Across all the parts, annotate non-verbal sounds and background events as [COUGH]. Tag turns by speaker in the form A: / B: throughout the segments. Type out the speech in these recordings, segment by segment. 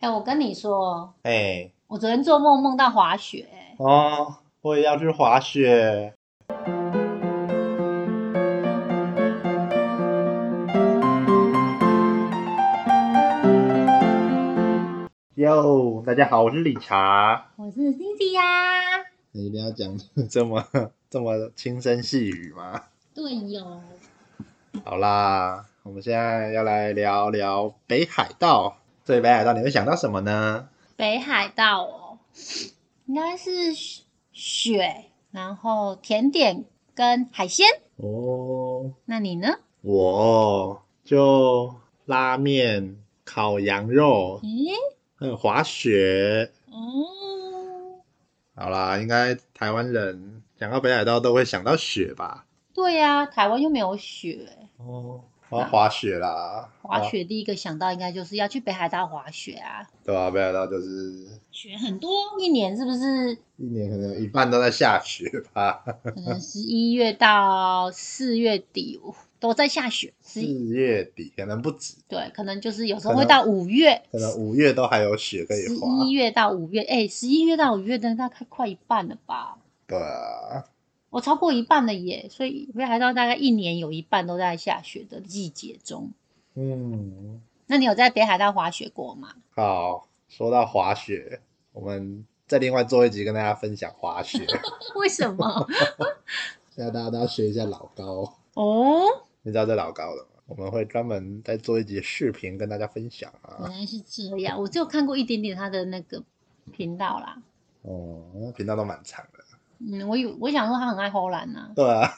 A: 哎、我跟你说，
B: 哎，
A: 我昨天做梦梦到滑雪、哎
B: 哦，我也要去滑雪。哟，大家好，我是理查。
A: 我是 Cici 呀、
B: 你一定要讲这么这么轻声细语吗？
A: 对哟，
B: 好啦，我们现在要来聊聊北海道。对北海道，你会想到什么呢？
A: 北海道哦，应该是雪雪，然后甜点跟海鲜。
B: 哦，
A: 那你呢？
B: 我就拉面、烤羊肉，
A: 咦、
B: 还有滑雪。
A: 哦，
B: 好啦，应该台湾人讲到北海道都会想到雪吧？
A: 对呀、台湾又没有雪，
B: 哦，我要滑雪啦，
A: 滑雪第一个想到应该就是要去北海道滑雪啊，
B: 对啊，北海道就是
A: 雪很多，一年是不是
B: 一年可能有一半都在下雪吧？
A: 可能十一月到四月底哦都在下雪，[LAUGHS]
B: 四
A: 十一
B: 月底可能不止，
A: 对，可能就是有时
B: 可
A: 候
B: 能
A: 会到五月，
B: 可能五月都还有雪可以
A: 十
B: 滑。
A: 一月到五月，哎、十一月到五月的大概快一半了吧？
B: 对啊，
A: 我超过一半了耶，所以北海道大概一年有一半都在下雪的季节中。
B: 嗯，
A: 那你有在北海道滑雪过吗？
B: 好，说到滑雪，我们再另外做一集跟大家分享
A: [LAUGHS]
B: 滑雪。
A: [LAUGHS] 为什么？
B: 现在大家都要学一下老高，
A: [LAUGHS] 哦，
B: 你知道这老高的吗？我们会专门再做一集视频跟大家分享
A: [LAUGHS]
B: 啊。
A: 原来是这样，我只有看过一点点他的那个频道啦。
B: 哦，那频道都蛮长的。
A: 嗯，我有我想说他很爱偷懒呐、
B: 对啊，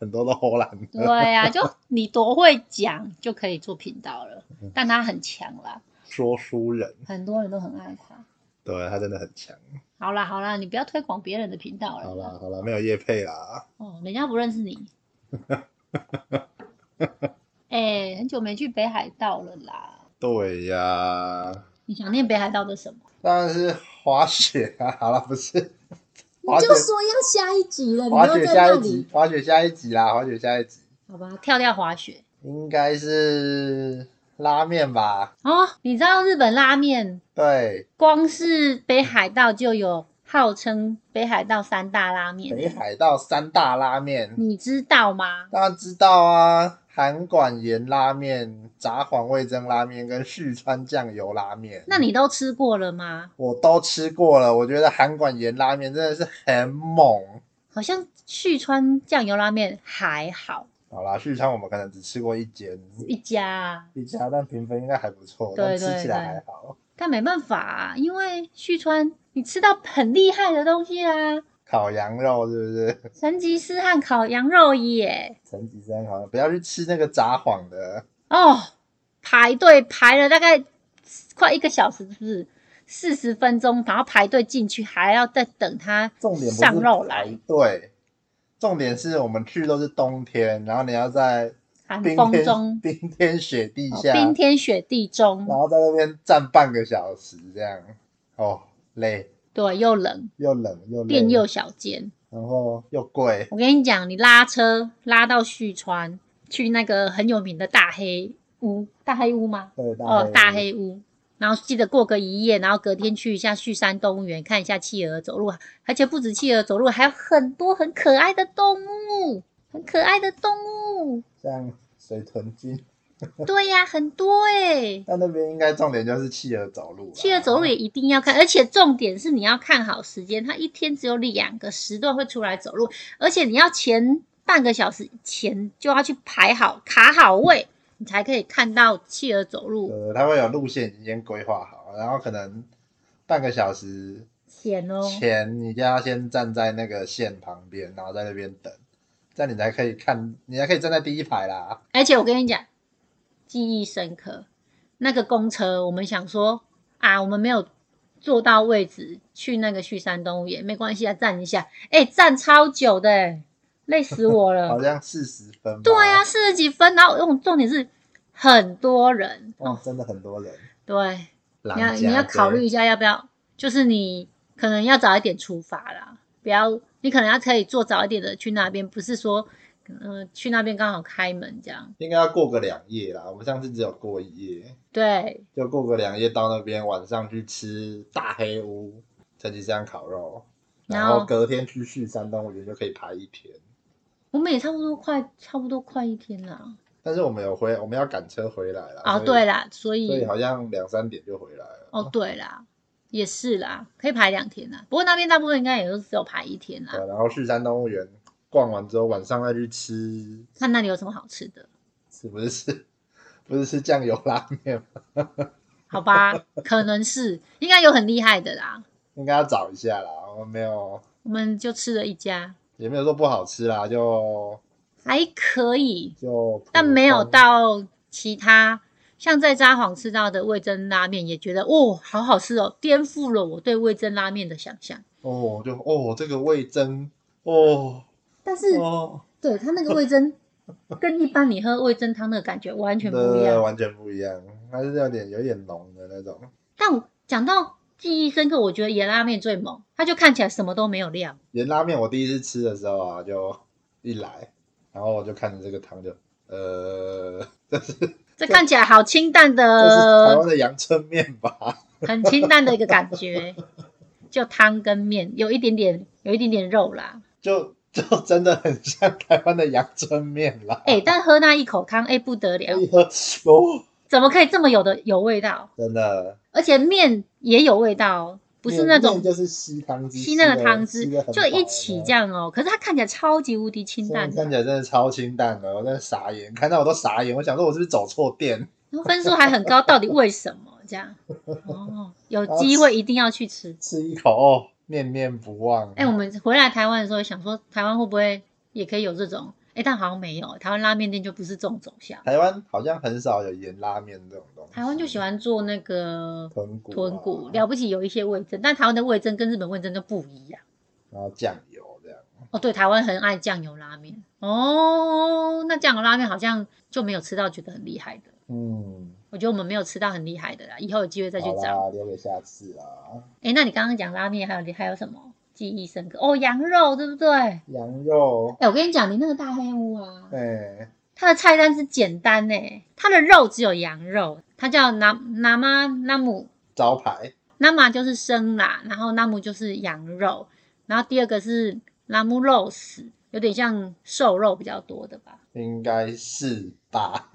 B: 很多都偷懒的。
A: 对呀、就你多会讲就可以做频道了，
B: 嗯
A: 但他很强啦，
B: 说书人，
A: 很多人都很爱他。
B: 对他真的很强。
A: 好啦好啦，你不要推广别人的频道了。
B: 好啦好啦，没有叶配啦。
A: 哦，人家不认识
B: [LAUGHS]
A: 你。哎、很久没去北海道了啦。
B: 对呀、
A: 你想念北海道的什么？
B: 当然是滑雪啊。好了，不是
A: 你
B: 滑雪
A: 就说要下一集了，你
B: [LAUGHS] 滑
A: 又
B: 雪
A: 在
B: 下
A: 那
B: 一集
A: 里。，
B: 滑雪下一集啦，滑雪下一集
A: 好吧，跳掉滑雪
B: 应该是拉面吧？
A: 哦。你知道日本拉面，
B: 对，
A: 光是北海道就有号称北海道三大拉面，
B: 北海道三大拉面，
A: 你知道吗？
B: 大家知道啊，韩馆盐拉面、札幌味噌拉面跟旭川酱油拉面。
A: 那你都吃过了吗？
B: 我都吃过了，我觉得韩馆盐拉面真的是很猛。
A: 好像旭川酱油拉面还好
B: 好啦，旭川我们可能只吃过一间
A: 一家啊，
B: 一家，但评分应该还不错，
A: 对
B: 但吃起
A: 对
B: 来还好。
A: 但没办法、啊，因为旭川你吃到很厉害的东西啦、
B: 烤羊肉是不是？ [LAUGHS]
A: 成吉思汗烤羊肉耶，
B: 成吉思汗烤，不要去吃那个札幌的，
A: 哦，排队排了大概快一个小时，是不是？四十分钟，然后排队进去，还要再等它
B: 重点不是
A: 上肉
B: 排
A: 来，
B: 队，重点是我们去都是冬天，然后你要在
A: 寒
B: 冰
A: 风
B: 天
A: 中、
B: [LAUGHS] 冰天雪地
A: 哦
B: 下，
A: 冰天雪地中
B: 然，后在那边站半个小时这样，哦，累
A: 对，又冷，
B: 又冷又累
A: 店又小间。
B: 然后又贵，
A: 我跟你讲，你拉车拉到旭川，去那个很有名的大黑屋，大黑屋吗？
B: 对，大
A: 哦，大
B: 黑
A: 黑屋。然后记得过个一夜，然后隔天去一下旭山动物园看一下企鹅走路，而且不止企鹅走路，还有很多很可爱的动物，很可爱的动物。
B: 像水豚精，
A: 对呀、很多哎、
B: 但那边应该重点就是企鹅走路啦，
A: 企鹅走路也一定要看，而且重点是你要看好时间，它一天只有两个时段会出来走路，而且你要前半个小时前就要去排好卡好位，你才可以看到企鹅走路
B: 呃，它会有路线已经先规划好，然后可能半个小时
A: 前哦。
B: 前，你就要先站在那个线旁边，然后在那边等，这样你才可以看，你才可以站在第一排啦。
A: 而且我跟你讲，记忆深刻。那个公车，我们想说啊，我们没有坐到位置，去那个旭山动物园没关系啊，站一下。哎、站超久的、欸累死我
B: 好
A: 了。
B: 像四十分吧，
A: 嗯对啊呀、四十几分，然后重重点是很多人，
B: 哦，真的很多人，
A: 对，你要
B: 狼
A: 你
B: 夹
A: 要
B: 堆
A: 考虑一下要不要，就是你可能要早一点出发啦，不要你可能要可以坐早一点的去那边，不是说嗯，去那边刚好开门这样。
B: 应该要过个两夜啦。我们上次只有过一夜，
A: 对，
B: 就过个两夜到那边，晚上去吃大黑屋成吉思汗烤肉，然
A: 然后
B: 后隔天去旭山动物园就可以排一天。
A: 我们也差不多快，差不多快一天啦。
B: 但是我们有回，我们要赶车回来了。
A: 哦，
B: 哦所以
A: 对，啦，所
B: 所以
A: 以
B: 好像两三点就回来了。
A: 哦，对啦，也是啦，可以排两天啦。不过那边大部分应该也都只有排一天啦，
B: 对，啊然后旭山动物园逛完之后，晚上再去吃，
A: 看那里有什么好吃的，
B: 是不是 [LAUGHS] 吃？不是吃酱油拉面吗，
A: 好吧？可能是应该有很厉害的啦，
B: 应该要找一下啦。我们没有，
A: 我们就吃了一家，
B: 也没有说不好吃啦，就
A: 还可以，
B: 就
A: 但
B: 普
A: 没有
B: 通
A: 到其他。像在札幌吃到的味噌拉面，也觉得哦，好好吃哦，颠覆了我对味噌拉面的想象。
B: 哦，就哦这个味增哦
A: 但是，
B: 哦，
A: 对它那个味
B: [LAUGHS]
A: 噌，跟一般你喝味噌汤那个感觉完全不一
B: 对
A: 样。
B: 完全不一样，它是有点有点浓的那种，
A: 但我讲到记忆深刻，我觉得盐拉面最猛，它就看起来什么都没有料，
B: 盐拉面我第一次吃的时候啊，就一来，然后我就看着这个汤就呃，这是
A: 这看起来好清淡
B: 这是台
A: 的，
B: 湾的阳春面吧？
A: 很清淡的一个感觉，
B: [LAUGHS]
A: 就汤跟面有一点点，有一点点肉啦。
B: 就就真的很像台湾的阳春面啦。
A: 哎、但喝那一口汤，哎、不得了
B: 哎，呦哦，
A: 怎么可以这么有的有味道？
B: 真的
A: 而且面也有味道哦，不是那
B: 面
A: 种
B: 就是吸汤汁，
A: 吸那个汤汁
B: 吸得很
A: 就一起
B: 饱
A: 这样哦。可是它看起来超级无敌清
B: 现在
A: 淡的
B: 看起，来真的超清淡的，我真的傻眼，看到我都傻眼，我想说我是不是走错店？
A: 然后分数还很高，到底为什么这
B: [LAUGHS]
A: 样？哦，有机会一定要去吃。
B: 吃一口哦，念念不忘。啊
A: 哎、我们回来台湾的时候，想说台湾会不会也可以有这种？哎、但好像没有，台湾拉面店就不是这种走向。
B: 台湾好像很少有盐拉面这种东西，
A: 台湾就喜欢做那个
B: 豚骨、啊
A: 豚骨，，了不起有一些味噌，但台湾的味噌跟日本味噌就不一样。
B: 然后酱油这样。
A: 哦，对，台湾很爱酱油拉面。哦，那酱油拉面好像就没有吃到觉得很厉害的。
B: 嗯，
A: 我觉得我们没有吃到很厉害的啦，以后有机会再去
B: 好
A: 找。
B: 啦，留给下次啊。
A: 哎、那你刚刚讲拉面，还有还有什么记忆深刻？哦，羊肉对不对？哎、
B: 羊肉，
A: 我跟你讲，你那个大黑屋啊，
B: 哎、
A: 它的菜单是简单呢，它的肉只有羊肉，它叫南南妈南姆
B: 招牌
A: 南妈就是生啦，然后南姆就是羊肉，然后第二个是拉姆肉丝，有点像瘦肉比较多的
B: [LAUGHS]
A: 吧，
B: 应该是吧？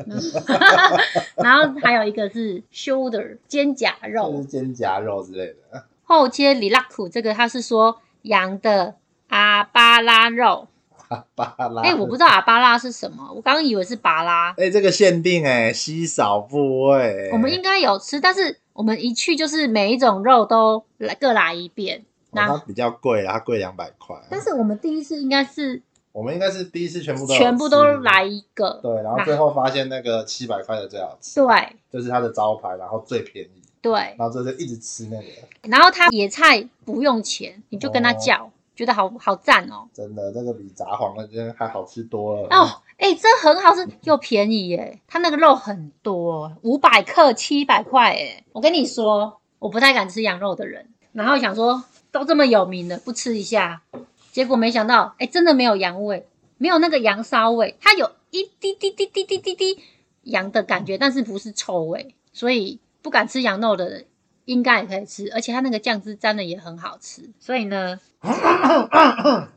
A: 然后还有一个是 shoulder 肩胛
B: [LAUGHS] 就
A: 肉
B: 是，肩胛肉之类的。
A: 后切里拉苦这个它是说羊的阿巴拉肉，
B: 哈巴拉，
A: 哎、我不知道阿巴拉是什么，我刚刚以为是巴拉，
B: 哎、这个限定哎、稀少部位、
A: 我们应该有吃，但是我们一去就是每一种肉都来各来一遍。
B: 哦、
A: 那
B: 它比较贵啦，它贵两百块。
A: 但是我们第一次应该是
B: 我们应该是第一次全部都有
A: 全部都
B: 吃
A: 来一个，
B: 对，然后最后发现那个七百块的最好吃，
A: 对
B: 就是它的招牌，然后最便宜，
A: 对，
B: 然后这就一直吃那个，
A: 然后他野菜不用钱，你就跟他叫，觉得好好赞哦。
B: 真的这个比炸黄的真的还好吃多了。
A: 哦，哎、这很好吃又便宜耶，他那个肉很多，五百克七百块哎。我跟你说，我不太敢吃羊肉的人，然后想说都这么有名了，不吃一下，结果没想到，哎、真的没有羊味，没有那个羊骚味，它有一滴滴滴滴滴滴滴羊的感觉，但是不是臭味，所以不敢吃羊肉的人。应该也可以吃，而且它那个酱汁沾的也很好吃，所以呢，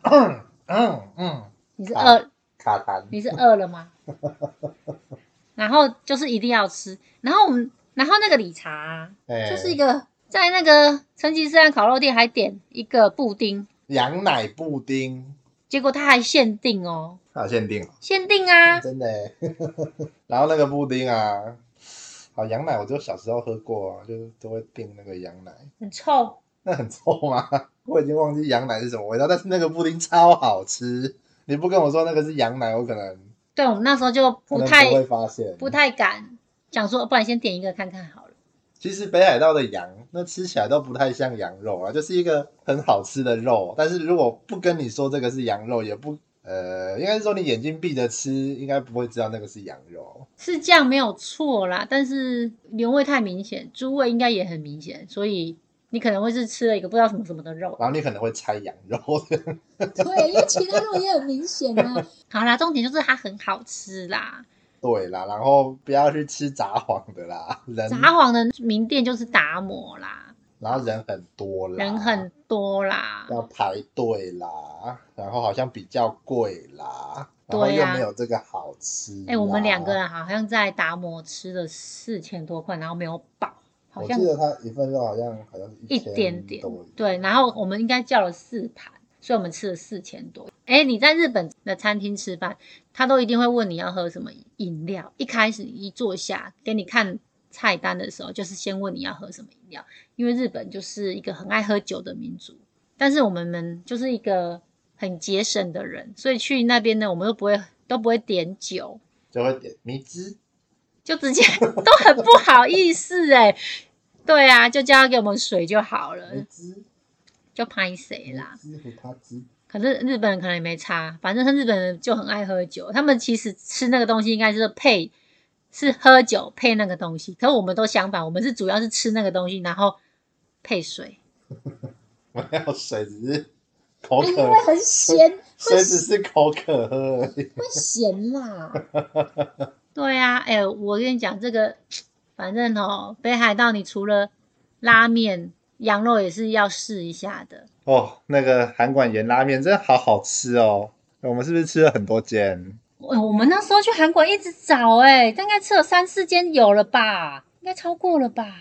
B: 嗯嗯，
A: 你是
B: 好
A: 饿
B: 卡痰，
A: 你是饿了吗？ [LAUGHS] 然后就是一定要吃，然后我们，然后那个理查啊、
B: 哎
A: 就是一个在那个成吉思汗烤肉店还点一个布丁，
B: 羊奶布丁，
A: 结果他还限定哦，
B: 它有限定哦，
A: 限定啊，
B: 真的欸。 [LAUGHS] 然后那个布丁啊，好羊奶，我就小时候喝过啊，就是都会订那个羊奶，
A: 很臭，
B: 那很臭吗？ [LAUGHS] 我已经忘记羊奶是什么味道，但是那个布丁超好吃。你不跟我说那个是羊奶，我可能
A: 对我们那时候就
B: 可
A: 不
B: 能
A: 太
B: 不会发现，
A: 不太敢，想说哦不然先点一个看看好了，
B: 其实北海道的羊，那吃起来都不太像羊肉啊，就是一个很好吃的肉。但是如果不跟你说这个是羊肉，也不呃，应该是说你眼睛闭着吃，应该不会知道那个是羊肉。
A: 是这样没有错啦，但是牛味太明显，猪味应该也很明显，所以你可能会是吃了一个不知道什么什么的肉。
B: 然后你可能会猜羊肉， [LAUGHS]
C: 对，因为其他肉也很明显啊。
A: 好啦，重点就是它很好吃啦。
B: 对啦，然后不要去吃札幌的啦，人
A: 札幌的名店就是达摩啦，
B: 然后人很多啦，
A: 人很多啦。
B: 啊要排队啦，然后好像比较贵啦，然后
A: 对
B: 又
A: 啊
B: 没有这个好吃。
A: 哎、我们两个，人好像在达摩吃了四千多块，然后没有饱，好
B: 我
A: 像
B: 记得他一份肉好像好像是
A: 一
B: 千
A: 点点
B: 多。
A: 对，然后我们应该叫了四盘，所以我们吃了四千多。哎，你在日本的餐厅吃饭，他都一定会问你要喝什么饮料。一开始一坐下给你看菜单的时候，就是先问你要喝什么饮料，因为日本就是一个很爱喝酒的民族，但是我们们就是一个很节省的人，所以去那边呢，我们都不会都不会点酒，
B: 就会点迷之，
A: 就直接都很不好意思哎、对啊，就叫他给我们水就好了
B: 迷，之，
A: 就拍谁
B: 迷
A: 啦。
B: 之和他之，
A: 可是日本人可能也没差，反正他日本人就很爱喝酒，他们其实吃那个东西应该是配是喝酒配那个东西，可我们都相反，我们是主要是吃那个东西，然后配水。
B: 没有 [LAUGHS] 水，只是口
C: 哎，因
B: 渴
C: 为，很
B: [LAUGHS]
C: 咸，
B: 水只是口渴喝而已。
C: 会咸啦。
A: 对呀、啊，哎、我跟你讲这个，反正哦，北海道你除了拉面、羊肉也是要试一下的。
B: 哦，那个韩馆盐拉面真的好好吃哦！我们是不是吃了很多间？
A: 哦我我们那时候去韩国一直找、哎，大概吃了三四间有了吧，应该超过了吧。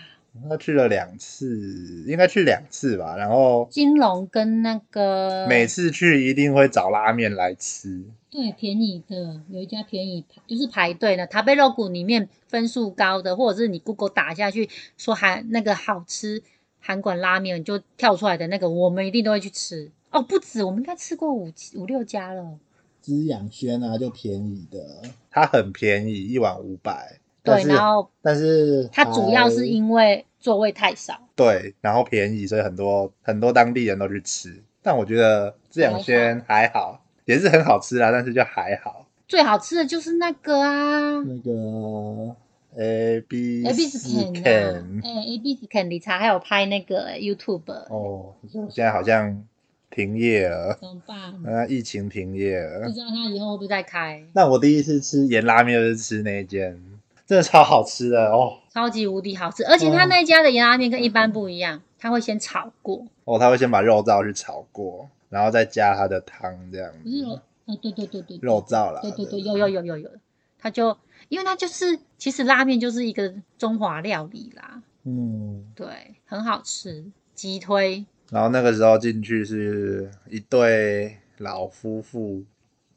B: 那去了两次，应该去两次吧。然后
A: 金龙跟那个
B: 每次去一定会找拉面来吃。
A: 对，便宜的有一家便宜排，就是排队的。塔贝肉骨里面分数高的，或者是你 Google 打下去说韩那个好吃韩馆拉面，就跳出来的那个，我们一定都会去吃。哦，不止，我们应该吃过五五六家了。
D: 滋养轩啊，就便宜的。
B: 它很便宜，一碗五百。但
A: 对，
B: 是
A: 然后
B: 但是
A: 它主要是因为座位太少，
B: 对，然后便宜，所以很多很多当地人都去吃。但我觉得这两间还好，也是很好吃啦，但是就还好。
A: 最好吃的就是那个啊
D: 那个
B: 嗯 A B
A: ，A B
B: 四
A: Can 啊
B: Can，，
A: 哎，A B Can 理查还有拍那个 YouTube，、
B: 哦，现在好像停业了，
A: 怎么办？
B: 呃，疫情停业了
A: 不。知道他以后会不会再开，
B: 那我第一次吃盐拉面就是吃那一间，真的超好吃的哦
A: 超级无敌好吃，而且他那一家的盐拉面跟一般不一样，他会先炒过，
B: 哦，他会先把肉燥去炒过，然后再加它的汤这样
A: 不是
B: 子
A: 肉，，呃，对对对对，
B: 嗯肉燥啦，
A: 对对对，有有有有有，他就因为他就是其实拉面就是一个中华料理啦，
D: 嗯，
A: 对，很好吃，急推，
B: 然后那个时候进去是一对老夫妇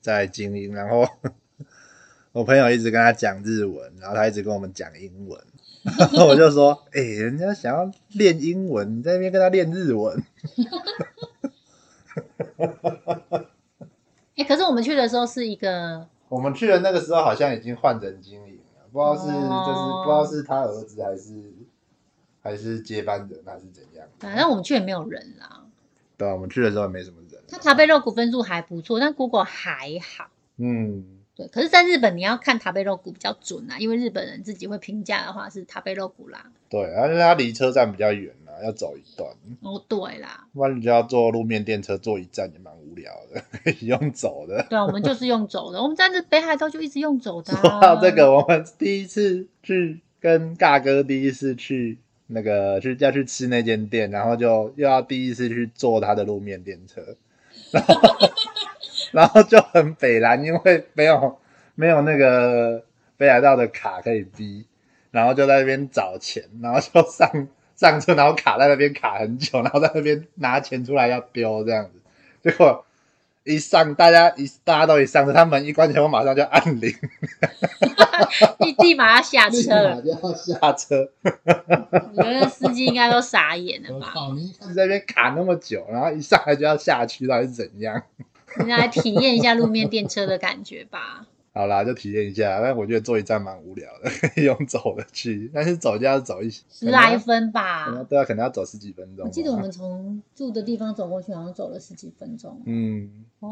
B: 在经营，然后 [LAUGHS] 我朋友一直跟他讲日文，然后他一直跟我们讲英文， [LAUGHS] 然后我就说：“哎、人家想要练英文，你在那边跟他练日文。
A: 哎，可是我们去的时候是一个”
B: [LAUGHS] 我们去的那个时候好像已经换人经营了，不知道是就是
A: 哦
B: 不知道是他儿子还是还是接班人还是怎样。
A: 反正我们去也没有人啦，
B: 对啊，我们去的时候也没什么人。啊
A: 他塔贝肉骨分数还不错，但 Google 还好。
B: 嗯，
A: 对，可是，在日本你要看塔贝肉骨比较准啊，因为日本人自己会评价的话是塔贝肉骨啦。
B: 对，而且他离车站比较远啦、要走一段。
A: 哦，对啦，
B: 不然你就要坐路面电车，坐一站也蛮无聊的， [LAUGHS] 可以用走的。
A: 对啊，我们就是用走的，我们在这北海道就一直用走的、
B: 说
A: 啊。
B: 到这个， [LAUGHS] 我们第一次去跟尬哥第一次去那个去要去吃那间店，然后就又要第一次去坐他的路面电车， [LAUGHS] 然后然后就很北蓝，因为没有没有那个北海道的卡可以逼，然后就在那边找钱，然后就上 [LAUGHS] 上车，然后卡在那边卡很久，然后在那边拿钱出来要丢这样子，结果。一上，大家一大家都一上车，他门一关起来，我马上就按铃，
A: 立立马要 [LAUGHS] 下
D: 立
A: 车
D: 马
A: 了，
D: 就要下。
B: 下车，
A: 我觉得司机应该都傻眼了
D: 我
A: 吧？
D: 靠，你一看
B: 在那边卡那么久，然后一上来就要下去，到底是怎样？
A: 你来体验一下路面电车的感觉吧。
B: 好啦，就体验一下。但我觉得坐一站蛮无聊的， [LAUGHS] 可以用走的去，但是走就要走一
A: 十来
B: 可能
A: 分
B: 可能
A: 吧，
B: 对啊，可能要走十几分钟吧。
A: 我记得我们从住的地方走过去，好像走了十几分钟。
B: 嗯，
A: 哦，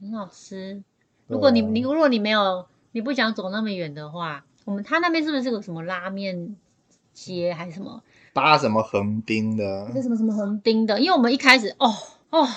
A: 很好吃。如果你
B: 对啊
A: 你如果你没有你不想走那么远的话，我们他那边是不是有什么拉面街还是什么？
B: 搭什么横滨的
A: 那，什么什么横滨的，因为我们一开始哦哦，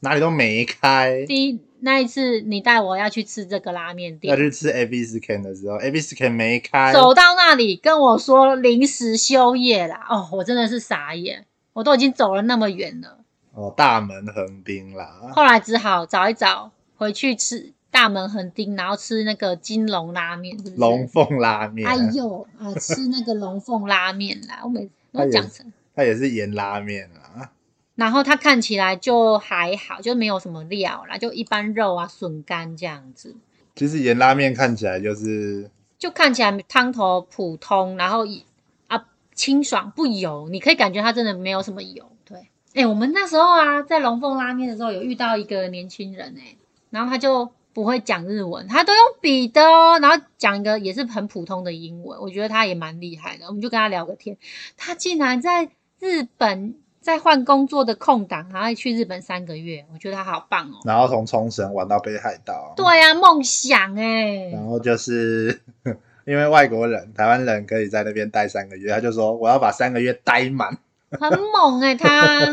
B: 哪里都没开。
A: 第一那一次你带我要去吃这个拉面
B: 要
A: 店，
B: 去吃 A B scan 的时候，A B scan 没开，
A: 走到那里跟我说临时休业啦，哦，我真的是傻眼，我都已经走了那么远了，
B: 哦，大门横滨啦，
A: 后来只好找一找回去吃大门横丁，然后吃那个金龙拉面，是不是？
B: 龙凤拉面，
A: 哎呦啊，吃那个龙凤拉面啦，我每
B: 哎
A: 我
B: 呦
A: 讲成。
B: 它也是盐拉面啦。
A: 然后它看起来就还好，就没有什么料啦，就一般肉啊、笋干这样子，
B: 其实盐拉面看起来就是
A: 就看起来汤头普通，然后也啊清爽不油，你可以感觉它真的没有什么油。对，哎，我们那时候啊，在龙凤拉面的时候有遇到一个年轻人哎、然后他就不会讲日文，他都用笔的哦，然后讲一个也是很普通的英文，我觉得他也蛮厉害的，我们就跟他聊个天，他竟然在日本。在换工作的空档，然后去日本三个月，我觉得他好棒哦。
B: 然后从冲绳玩到北海道，，
A: 对啊，梦想哎、
B: 然后就是 [LAUGHS] 因为外国人、台湾人可以在那边待三个月，他就说我要把三个月待满。
A: 很猛哎、他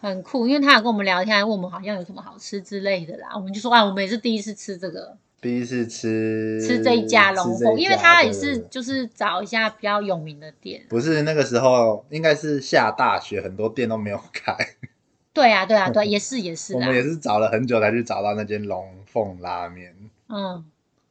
A: 很酷，因为他有跟我们聊天，还问我们好像有什么好吃之类的啦，我们就说啊，我们也是第一次吃这个，
B: 第一次吃
A: 吃这一家龙
B: 吃这一
A: 凤，
B: 家
A: 因为他也
B: 对
A: 是
B: 对对
A: 就是找一下比较有名的店。
B: 不是那个时候，应该是下大雪，很多店都没有开。
A: 对啊，
B: [LAUGHS]
A: 对啊，对，也是也是
B: 我
A: 啊
B: 们，也是找了很久才去找到那间龙凤拉面，
A: 嗯，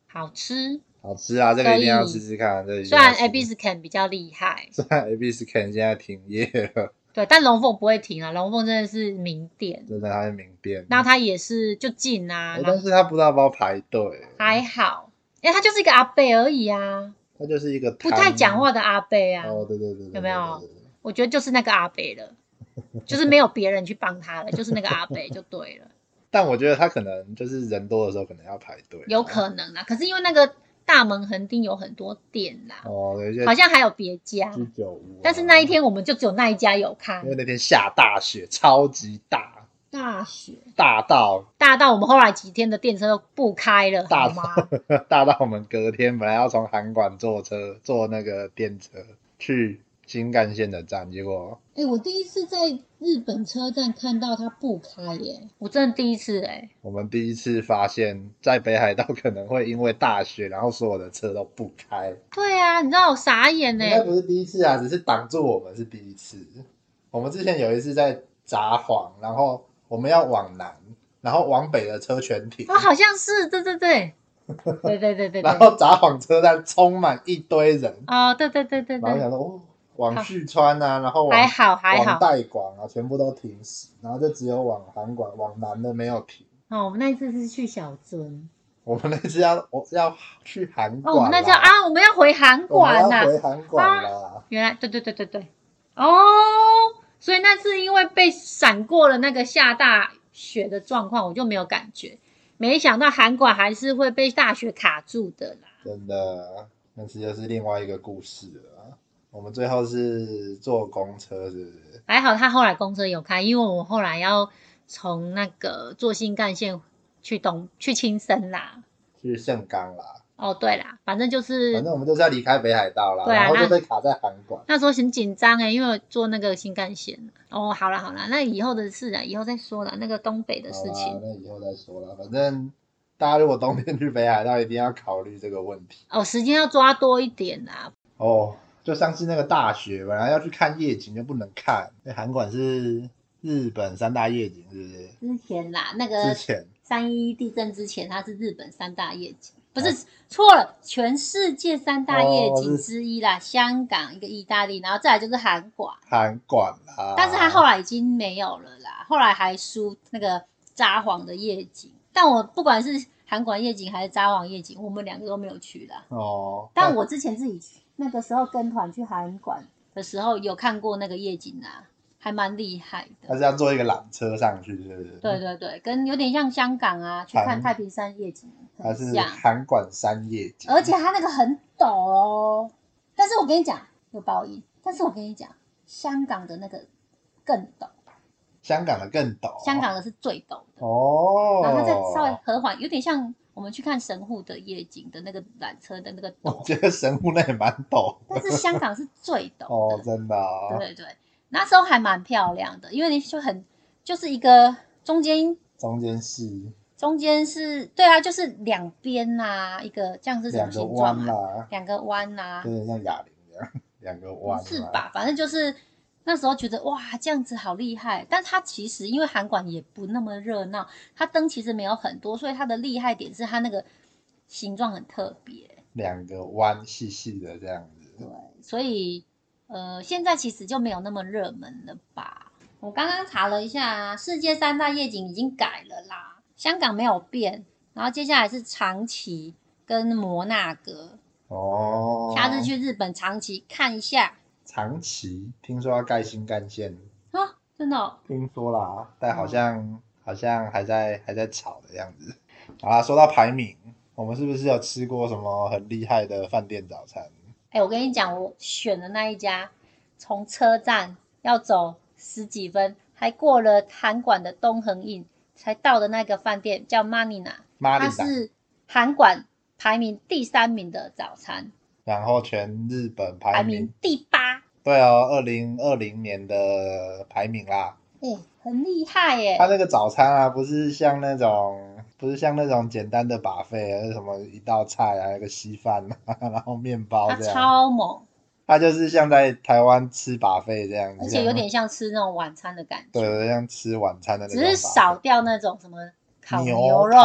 A: 好吃。
B: 好吃啊！这个一定要
A: 所以
B: 试试看。这个一定
A: 虽然
B: 要试
A: A B Scan 比较厉害，
B: 虽然 A B Scan 现在停业了，
A: 对，但龙凤不会停啊，龙凤真的是名店，
B: 真的它是名店。
A: 然后他也是就近啊，
B: 哎
A: 然
B: 但
A: 后
B: 是他不知道要不要排队，
A: 还好，因为他就是一个阿贝而已啊，
B: 他就是一个
A: 不
B: 摊
A: 太讲话的阿贝啊。
B: 哦，对对对对，
A: 有没有
B: 对？对对对
A: 我觉得就是那个阿北了，就是没有别人去帮他了，就是那个阿北就对了，
B: 但我觉得他可能就是人多的时候可能要排队，啊
A: 有可能啊啦。可是因为那个大门横町有很多店啦，
B: 哦，有一些
A: 好像还有别家，
B: 居酒屋啊，
A: 但是那一天我们就只有那一家有开
B: 因为，那天下大雪，超级大，
A: 大雪
B: 大到
A: 大到我们后来几天的电车都不开了，
B: 大
A: 好吗？
B: 大到我们隔天本来要从函馆坐车坐那个电车去新干线的站，结果
C: 哎、我第一次在日本车站看到它不开耶，
A: 我真的第一次哎、
B: 我们第一次发现，在北海道可能会因为大雪，然后所有的车都不开。
A: 对啊，你知道我傻眼
B: 应
A: 哎、
B: 该不是第一次啊，只是挡住我们是第一次。我们之前有一次在札幌，然后我们要往南，然后往北的车全停，
A: 哦，好像是，对对
B: [LAUGHS]
A: 对，对对对对
B: 然
A: 对，
B: 后札幌车站充满一堆人，
A: 哦，对对对对
B: 然后
A: 对，
B: 想说哦，往旭川啊，然后往
A: 还好还
B: 往
A: 好。
B: 代广啊，全部都停驶，然后就只有往韩馆往南的没有停。
A: 哦，我们那一次是去小樽。
B: 我们那次要我要去韩
A: 哦，我
B: 馆
A: 们
B: 啦，
A: 那叫啊，我们要啊回韩
B: 我们
A: 馆
B: 要
A: 呐、
B: 回韩馆啦。
A: 原来，对对对对对，哦，所以那次因为被闪过了那个下大雪的状况，我就没有感觉。没想到韩馆还是会被大雪卡住的啦。
B: 真的，那次又是另外一个故事了。啊我们最后是坐公车，是不是？
A: 还好他后来公车有开，因为我后来要从那个坐新干线去东去青森啦。
B: 去盛冈啦。
A: 哦，对啦，反正就
B: 反
A: 是
B: 正我们就是要离开北海道啦，
A: 嗯对啊
B: 然后就
A: 那
B: 被卡在韩馆。
A: 那时候很紧张哎，因为我坐那个新干线。哦，好啦好啦，那以后的事啊，以后再说啦。那个东北的
B: 好啊
A: 事
B: 啦
A: 情。，
B: 那以后再说啦。反正大家如果冬天去北海道，一定要考虑这个问题
A: 哦，时间要抓多一点啊啦。
B: 哦。就上次那个大雪，本来要去看夜景，就不能看。那韩馆是日本三大夜景，是不是？
A: 之前啦，那
B: 之
A: 个
B: 前
A: 三一地震之前，它是日本三大夜景，
B: 啊
A: 不是错了，全世界三大夜景之一
B: 哦
A: 啦，香港一个意大利，然后再来就是韩国，啊
B: 韩馆啦，
A: 但是它后来已经没有了啦，后来还输那个札幌的夜景，但我不管是韩国夜景还是札幌夜景，我们两个都没有去啦。
B: 哦，
A: 但我之前自己去那个时候跟团去韩馆的时候，有看过那个夜景啊，还蛮厉害的。
B: 他是要坐一个缆车上去，是不是？
A: 对，对对，跟有点像香港啊，去看
B: 韩
A: 太平山夜景
B: 它
A: 很
B: 是
A: 像，
B: 韩馆山夜景，
A: 而且它那个很陡哦。但是我跟你讲，有报应。但是我跟你讲，香港的那个更陡，
B: 香港的更陡，
A: 香港的是最陡的，
B: 哦，
A: 哦然后它再稍微和缓，有点像我们去看神户的夜景的那个缆车的那个
B: [LAUGHS] 我
A: 陡，
B: 觉得神户那也蛮陡
A: 但是香港是最陡
B: 哦，
A: 的，
B: 真的、
A: 对
B: 哦，
A: 对对，那时候还蛮漂亮的，因为你就很就是一个中间
B: 中间是
A: 中间是对啊，就是两边呐、一个这样是什么
B: 两个
A: 形状
B: 弯
A: 啊？
B: 啦，
A: 两个弯呐、
B: 有点像哑铃一样， [LAUGHS] 两个弯
A: 不
B: 啦
A: 是吧？反正就是那时候觉得哇，这样子好厉害。但它其实因为韩馆也不那么热闹，它灯其实没有很多，所以它的厉害点是它那个形状很特别。
B: 两个弯细细的这样子
A: 对，所以呃，现在其实就没有那么热门了吧？我刚刚查了一下，世界三大夜景已经改了啦，香港没有变，然后接下来是长崎跟摩纳哥。
B: 哦。
A: 下次去日本长崎看一下
B: 长崎，听说要盖新干线，
A: 啊，真的哦、
B: 听说啦，但好像、好像还在还在吵的样子。好啦，说到排名，我们是不是有吃过什么很厉害的饭店早餐？
A: 哎、我跟你讲，我选的那一家，从车站要走十几分，还过了韩馆的东横印，才到的那个饭店叫 Manina，
B: 马里
A: 它
B: 达，
A: 是韩馆排名第三名的早餐，
B: 然后全日本排
A: 排
B: 名，
A: 名第八，
B: 对哦，二零二零年的排名啦。
A: 哎、很厉害耶、
B: 它那个早餐啊，不是像那种，不是像那种简单的把费，啊而是什么一道菜啊，有个稀饭啊， [LAUGHS] 然后面包
A: 它
B: 这样。
A: 超猛，
B: 它就是像在台湾吃把费这样，哦
A: 而且有点像吃那种晚餐的感觉，
B: 对，像吃晚餐的那
A: 只
B: 种
A: 是
B: buffet
A: 少掉那种什么烤
B: 牛
A: 牛
B: 排
A: 肉，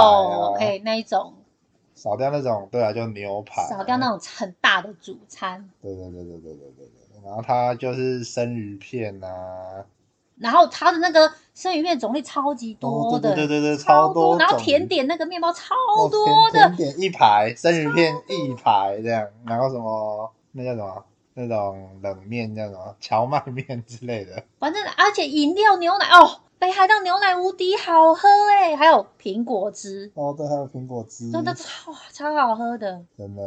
B: 啊
A: 哎、那一种，
B: 少掉那种，对啊，就牛排，
A: 少掉那，种很大的主餐。
B: 对对对对对对对对。然后它就是生鱼片啊，
A: 然后它的那个生鱼片种类超级多
B: 哦
A: 的，
B: 对对对对对
A: 超
B: 超多
A: 然后
B: 种
A: 甜点那个面包超
B: 哦
A: 多的，
B: 甜甜点一排，生鱼片一排这样，然后什么那叫什么那种冷面叫什么荞麦面之类的，
A: 反正而且饮料牛奶哦，北海道牛奶无敌好喝哎、还有苹果汁，
B: 哦，对，还有苹果汁，
A: 真的超超好喝的，
B: 真的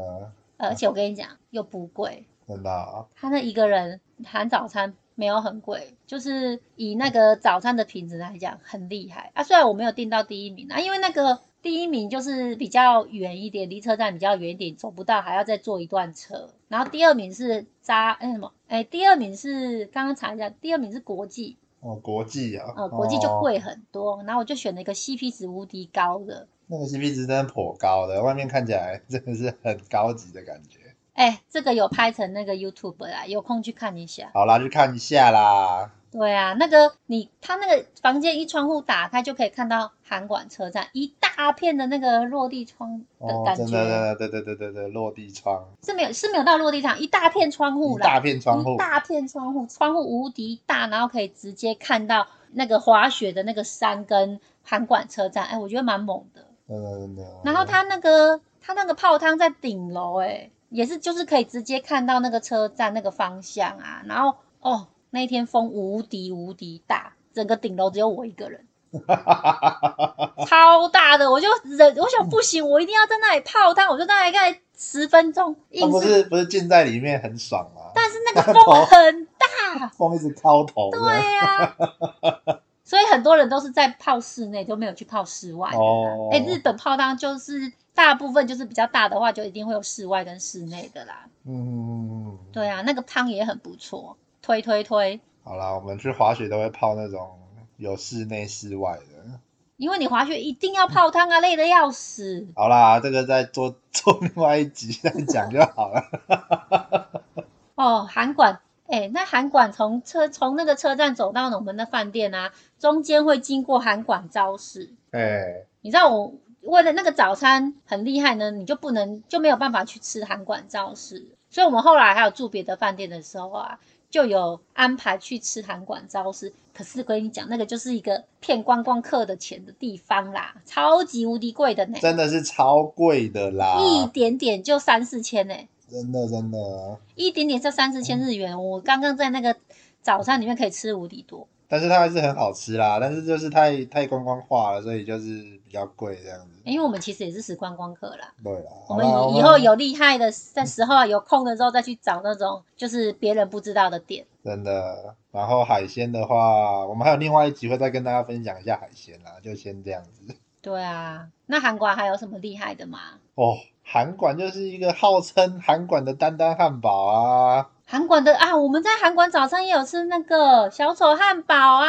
A: 而且我跟你讲又不贵，
B: 真的啊
A: 他那一个人含早餐没有很贵，就是以那个早餐的品质来讲很厉害啊。虽然我没有订到第一名啊，因为那个第一名就是比较远一点，离车站比较远一点，走不到还要再坐一段车。然后第二名是扎哎、什么哎、第二名是刚刚查一下，第二名是国际，
B: 哦，国际啊，
A: 呃，国际就
B: 哦
A: 贵很多。然后我就选了一个 CP 值无敌高的，
B: 那个 CP 值真的颇高的，外面看起来真的是很高级的感觉。
A: 哎、这个有拍成那个 YouTube 啦，有空去看一下。
B: 好啦，去看一下啦。
A: 对啊，那个你他那个房间一窗户打开就可以看到韩馆车站一大片的那个落地窗的
B: 哦，
A: 感
B: 真
A: 觉，
B: 的，对对对对对，落地窗，
A: 是没有是没有到落地窗，一大片窗户
B: 一
A: 啦，
B: 大片窗户
A: 一，大片窗户，窗户无敌大，然后可以直接看到那个滑雪的那个山跟韩馆车站，哎，我觉得蛮猛的。
B: 真的真的。
A: 然后他那个他那个泡汤在顶楼，哎，也是就是可以直接看到那个车站那个方向啊。然后哦，那一天风无敌无敌大，整个顶楼只有我一个人，
B: [LAUGHS] 哦
A: 超大的，我就忍，我想不行，我一定要在那里泡汤，我就大概十分钟，
B: 他
A: 硬
B: 哦不
A: 是，
B: 是不是浸在里面很爽吗？
A: 但是那个风很
B: [LAUGHS]
A: 大，
B: 风一直敲头，
A: 对呀、
B: 哦
A: 所以很多人都是在泡室内，都没有去泡室外的啦。
B: 哦
A: 哎、日本泡汤就是大部分就是比较大的话，就一定会有室外跟室内的啦。
B: 嗯，
A: 对啊，那个汤也很不错，推推推。
B: 好啦，我们去滑雪都会泡那种有室内室外的。
A: 因为你滑雪一定要泡汤啊，累得要死。
B: 好啦，这个再做做另外一集再讲就好了。
A: [LAUGHS] 哦，韩馆，哎、那韩馆从车从那个车站走到我们的饭店啊，中间会经过韩馆超市。
B: 哎、
A: 你知道我为了那个早餐很厉害呢，你就不能就没有办法去吃韩馆早市，所以我们后来还有住别的饭店的时候啊，就有安排去吃韩馆早市。可是跟你讲，那个就是一个骗观光客的钱的地方啦，超级无敌贵的呢，
B: 哎真的是超贵的啦，
A: 一点点就三四千呢，
B: 真的真的。
A: 一点点就三四千
B: 嗯
A: 日元。我刚刚在那个早餐里面可以吃无敌多，
B: 但是它还是很好吃啦，但是就是太太观光化了，所以就是比较贵这样子。
A: 因为我们其实也是时观光客啦。
B: 对啦，
A: 哎我
B: 好
A: 们
B: 啦，
A: 以以后有厉害的的时候啊，有空的时候再去找那种就是别人不知道的店。
B: 真的。然后海鲜的话，我们还有另外一集会再跟大家分享一下海鲜啦，就先这样子。
A: 对啊，那韩国还有什么厉害的吗？
B: 哦，韩馆就是一个号称韩馆的丹丹汉堡啊。
A: 韩馆的啊，我们在韩馆早餐也有吃那个小丑汉堡啊，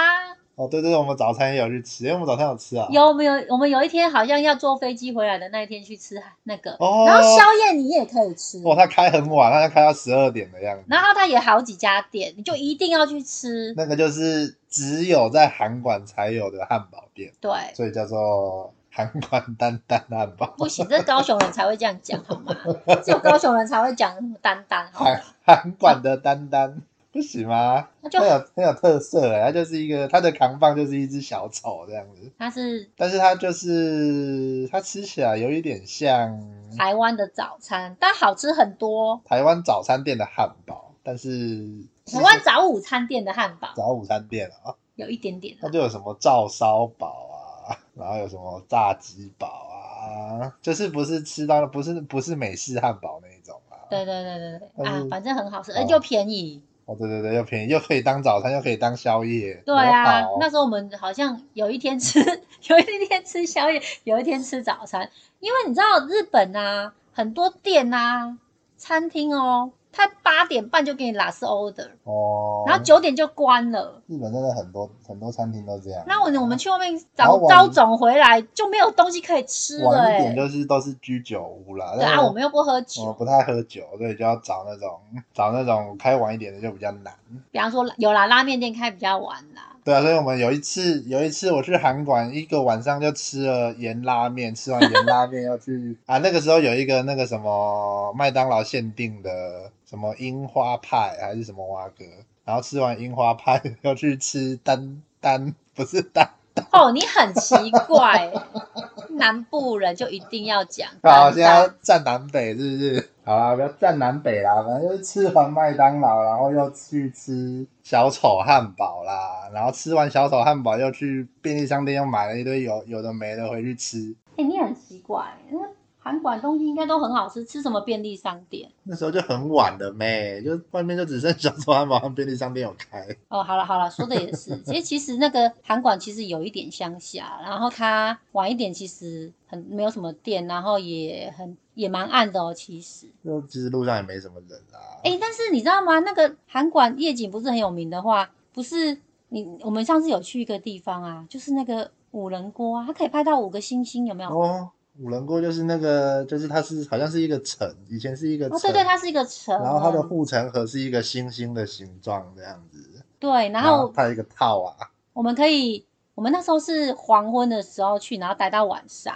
B: 哦，对对，我们早餐也有去吃，因为我们早餐有吃啊。
A: 有我们有我们有一天好像要坐飞机回来的那一天去吃那个，
B: 哦，
C: 然后宵夜你也可以吃，
B: 哦，他开很晚，他开到十二点的样子。
A: 然后它也好几家店，你就一定要去吃。
B: 那个就是只有在韩馆才有的汉堡店，
A: 对，
B: 所以叫做韩馆丹丹汉堡。
A: 不行，这高雄人才会这样讲好吗？只有高雄人才会讲那么哦单单好吗
B: 韩？韩馆的丹丹不行吗？
A: 那就
B: 很有很有特色哎，它就是一个它的扛棒就是一只小丑这样子，
A: 它是
B: 但是它就是它吃起来有一点像
A: 台湾的早餐，但好吃很多。
B: 台湾早餐店的汉堡，但是
A: 台湾早午餐店的汉堡
B: 早午餐店啊，
A: 有一点点啦
B: 它就有什么照烧堡啊，然后有什么炸鸡堡啊，就是不是吃到不是不是美式汉堡那一种啊。
A: 对对对对对
B: 但是
A: 啊，反正很好吃，
B: 哦
A: 而且又便宜。
B: 哦，对对对，又便宜，又可以当早餐，又可以当宵夜。
A: 对啊
B: 多好，
A: 那时候我们好像有一天吃， [LAUGHS] 有一天吃宵夜，有一天吃早餐，因为你知道日本啊，很多店啊，餐厅哦，它八点半就给你 last order，
B: 哦，
A: 然后九点就关了。
B: 日本真的很多很多餐厅都这样。
A: 那我我们去外面
B: 然后
A: 找
B: 晚
A: 招总回来就没有东西可以吃了、
B: 晚一点
A: 欸，
B: 就是都哦是居酒屋啦，
A: 对
B: 但是
A: 啊，我们又不喝
B: 我们
A: 酒，
B: 不太喝酒，所以就要找那种找那种开晚一点的就比较难。
A: 比方说有啦，拉面店开比较晚啦，
B: 对啊，所以我们有一次有一次我去韩馆，一个晚上就吃了盐拉面，吃完盐拉面要去啊，那个时候有一个那个什么麦当劳限定的什么樱花派还是什么蛙哥，然后吃完樱花派又去吃丹丹，不是丹
A: 哦，你很奇怪、
B: [LAUGHS]
A: 南部人就一定要讲。
B: 好，
A: 丹
B: 现在要
A: 丹
B: 站南北是不是？好啦，不要站南北啦，反正就是吃完麦当劳，然后又去吃小丑汉堡啦，然后吃完小丑汉堡又去便利商店又买了一堆有有的没的回去吃。
A: 哎、你很奇怪、那韩馆东西应该都很好吃，吃什么便利商店？
B: 那时候就很晚了咩，就外面就只剩小丑汉堡和便利商店有开。
A: 哦，好了好了，说的也
B: [LAUGHS]
A: 是。其实其实那个韩馆其实有一点乡下，然后它晚一点其实很没有什么店，然后也很也蛮暗的哦。其实，
B: 就其实路上也没什么人啊。
A: 哎、但是你知道吗？那个韩馆夜景不是很有名的话，不是你我们上次有去一个地方啊，就是那个五人锅啊，它可以拍到五个星星，有没有？
B: 哦，五人锅就是那个，就是它是好像是一个城，以前是一个城，
A: 哦，对对，它是一个城，啊
B: 然后它的护城河是一个星星的形状这样子，
A: 对，然
B: 然后
A: 后
B: 它有一个套啊。
A: 我们可以，我们那时候是黄昏的时候去，然后待到晚上。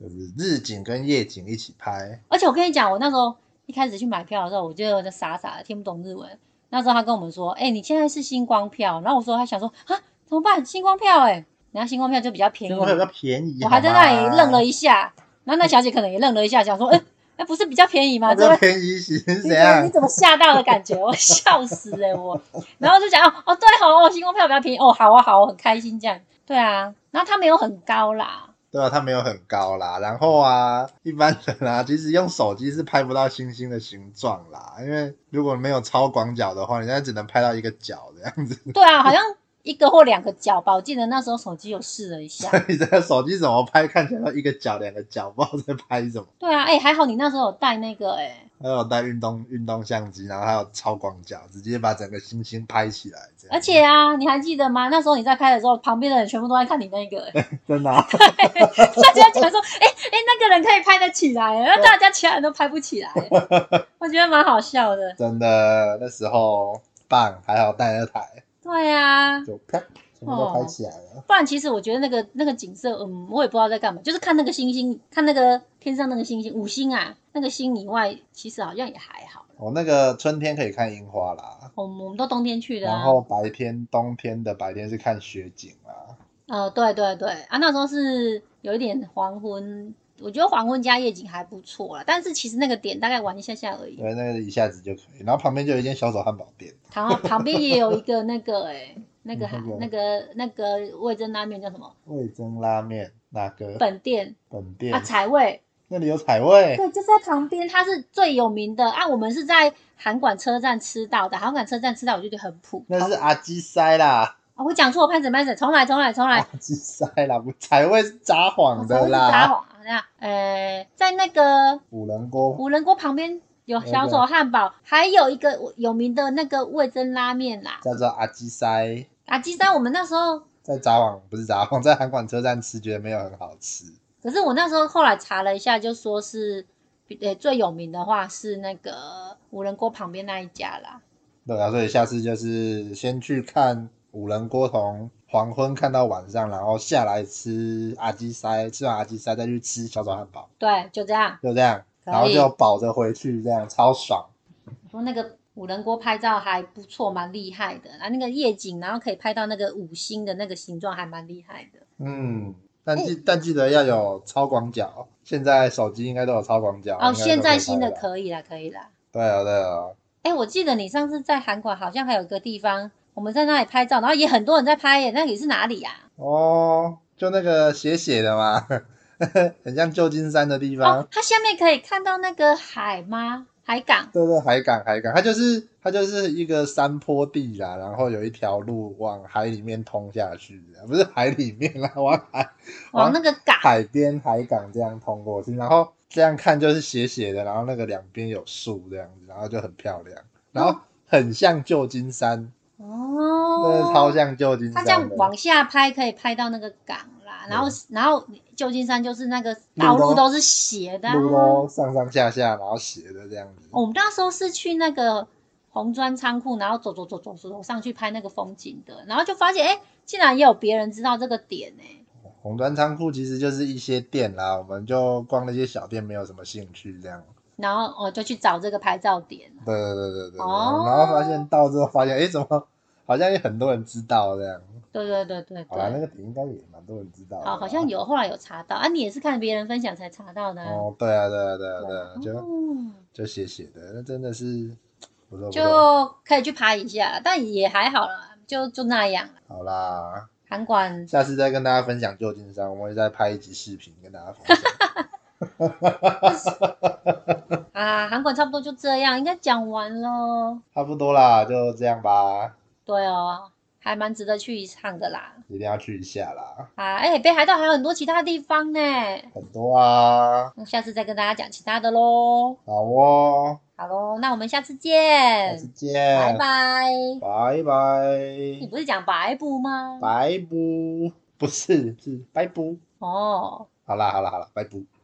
B: 就是日景跟夜景一起拍。
A: 而且我跟你讲，我那时候一开始去买票的时候，我就在傻傻的听不懂日文。那时候他跟我们说：“哎、你现在是星光票。”然后我说：“他想说啊，怎么办？星光票哎、然后星光票就比较便宜。
B: 星”光票比较便宜，
A: 我还在那里愣了
B: 一
A: 一下，然后那小姐可能也愣了一下，想说：“哎、哎，不是比较便宜吗？”
B: 比
A: 这
B: 较
A: 边
B: 便宜是
A: 你
B: 怎
A: 怎么
B: 样
A: 你？怎么吓到的感觉？我笑死哎、
B: [LAUGHS]
A: 我，然后就讲哦哦对哦哦，星光票比较便宜哦，好啊好啊，很开心这样。对啊，然后它没有很高啦，
B: 对啊，它没有很高啦。然后啊，一般人啊，其 [LAUGHS] 实用手机是拍不到星星的形状啦，因为如果没有超广角的话，人家只能拍到一个角这样子。 [LAUGHS]
A: [LAUGHS] 对啊，好像一个或两个角吧。我记得那时候手机有试了一下。 [LAUGHS]
B: 你这个手机怎么拍，看起来都一个角、两个角，不知道在拍什么。
A: 对啊，哎、还好你那时候有带那个哎、
B: 还有带运动运动相机，然后还有超广角，直接把整个星星拍起来这样。
A: 而且啊，你还记得吗？那时候你在拍的时候，旁边的人全部都在看你那个、欸，
B: [LAUGHS] 真的啊、
A: [LAUGHS] 大家讲说，哎、哎、那个人可以拍得起来、欸，然后大家其他人都拍不起来、欸我觉得蛮好笑的。
B: 真的那时候棒，还好带了台。
A: 对啊，
B: 就啪，全部
A: 哦
B: 都拍起来了。
A: 不然其实我觉得那个那个景色，嗯，我也不知道在干嘛，就是看那个星星，看那个天上那个星星，五星啊，那个星以外，其实好像也还好。
B: 我、哦那个春天可以看樱花啦，
A: 我们我们都冬天去的、啊，
B: 然后白天冬天的白天是看雪景啊啦。
A: 呃，对对对啊，那时候是有一点黄昏，我觉得黄昏加夜景还不错啦，但是其实那个点大概玩一下下而已
B: 因。为那个一下子就可以，然后旁边就有一间小手汉堡店，
A: 然后旁边也有一个那个哎、那个还
B: 嗯
A: 那个那个味噌拉面叫什么
B: 味增拉面那个
A: 本店
B: 本店、
A: 啊哦彩味，
B: 那里有彩味，
A: 对，就在旁边，它是最有名的啊。我们是在韩馆车站吃到的，韩馆车站吃到我就觉得很普通
B: 那是阿基塞啦，
A: 啊我讲错，潘子潘子，重来重来重来，
B: 是塞啦，不才会是撒谎的
A: 撒
B: 啦。
A: 谎啊！这样，呃，在那个
B: 五人锅，
A: 五人锅旁边有小
B: 那
A: 丑汉堡，还有一个有名的那个味增拉面啦。
B: 叫做阿基塞，
A: 打鸡山我们那时候，
B: 在札幌不是札幌，在韩馆车站吃，觉得没有很好吃。
A: 可是我那时候后来查了一下，就说是，呃，最有名的话是那个五人锅旁边那一家啦。
B: 对啊，所以下次就是先去看五人锅，从黄昏看到晚上，然后下来吃阿基塞，吃完阿基塞再去吃小炒汉堡，
A: 对，就这样。
B: 就这样，
A: 可以
B: 然后就饱着回去，这样超爽。
A: 我说那个五人锅拍照还不错，蛮厉害的。啊，那个夜景，然后可以拍到那个五星的那个形状，还蛮厉害的。
B: 嗯，但记、但记得要有超广角，现在手机应该都有超广角。
A: 哦，
B: 应该都
A: 现
B: 可以
A: 在
B: 拍
A: 新的
B: 了
A: 可以啦，可以啦。
B: 对啊对啊，
A: 哎，我记得你上次在韩馆好像还有一个地方，我们在那里拍照，然后也很多人在拍耶，那里是哪里啊呀、
B: 哦，就那个斜斜的嘛， [LAUGHS] 很像旧金山的地方。
A: 哦，它下面可以看到那个海吗？海港？
B: 对对，海港海港，它就是它就是一个山坡地啦，然后有一条路往海里面通下去，不是海里面啦，往海啊
A: 往那个港？
B: 海边海港这样通过去，然后这样看就是斜斜的，然后那个两边有树这样子，然后就很漂亮，然后很像旧金山，真的
A: 哦，
B: 超像旧金
A: 它
B: 山
A: 这样
B: 的。嗯
A: 往下拍可以拍到那个港啦，然后然后旧金山就是那个
B: 路
A: 道路
B: 咯
A: 都是斜的、啊，哦
B: 路咯，上上下下，然后斜的这样子。
A: 我们那时候是去那个红砖仓库，然后走走走走走上去拍那个风景的，然后就发现，哎、竟然也有别人知道这个点哎、
B: 红砖仓库其实就是一些店啦，我们就逛那些小店，没有什么兴趣这样。
A: 然后哦我就去找这个拍照点。
B: 对对对对对对。
A: 哦
B: 然后发现到之后发现，哎，怎么好像有很多人知道这样？
A: 对对对对
B: 好啦，那
A: 对，
B: 个点应该也蛮多人知道的啦。
A: 好，好像有，后来有查到啊，你也是看别人分享才查到的啊、
B: 哦，对啊，对啊，对啊，对啊，就
A: 哦
B: 就写写的，那真的是不错不错。
A: 就可以去拍一下，但也还好啦，就就那样啦。
B: 好啦，
A: 韩馆
B: 下次再跟大家分享旧金山，我们会再拍一集视频跟大家分
A: [LAUGHS]
B: 享。
A: 啊，韩馆差不多就这样，应该讲完了。
B: 差不多啦，就这样吧，
A: 对哦，还蛮值得去一趟的啦。
B: 一定要去一下啦，
A: 啊，哎、北海道还有很多其他地方呢，
B: 很多啊，
A: 那下次再跟大家讲其他的喽。
B: 好哦，
A: 好喽，那我们下次
B: 下次
A: 见，
B: 见，
A: 拜嗯拜。
B: 拜
A: 你
B: 拜，
A: 不是讲白布吗？
B: 拜不，不是是拜不，
A: 哦。
B: 好啦好啦好啦，拜不。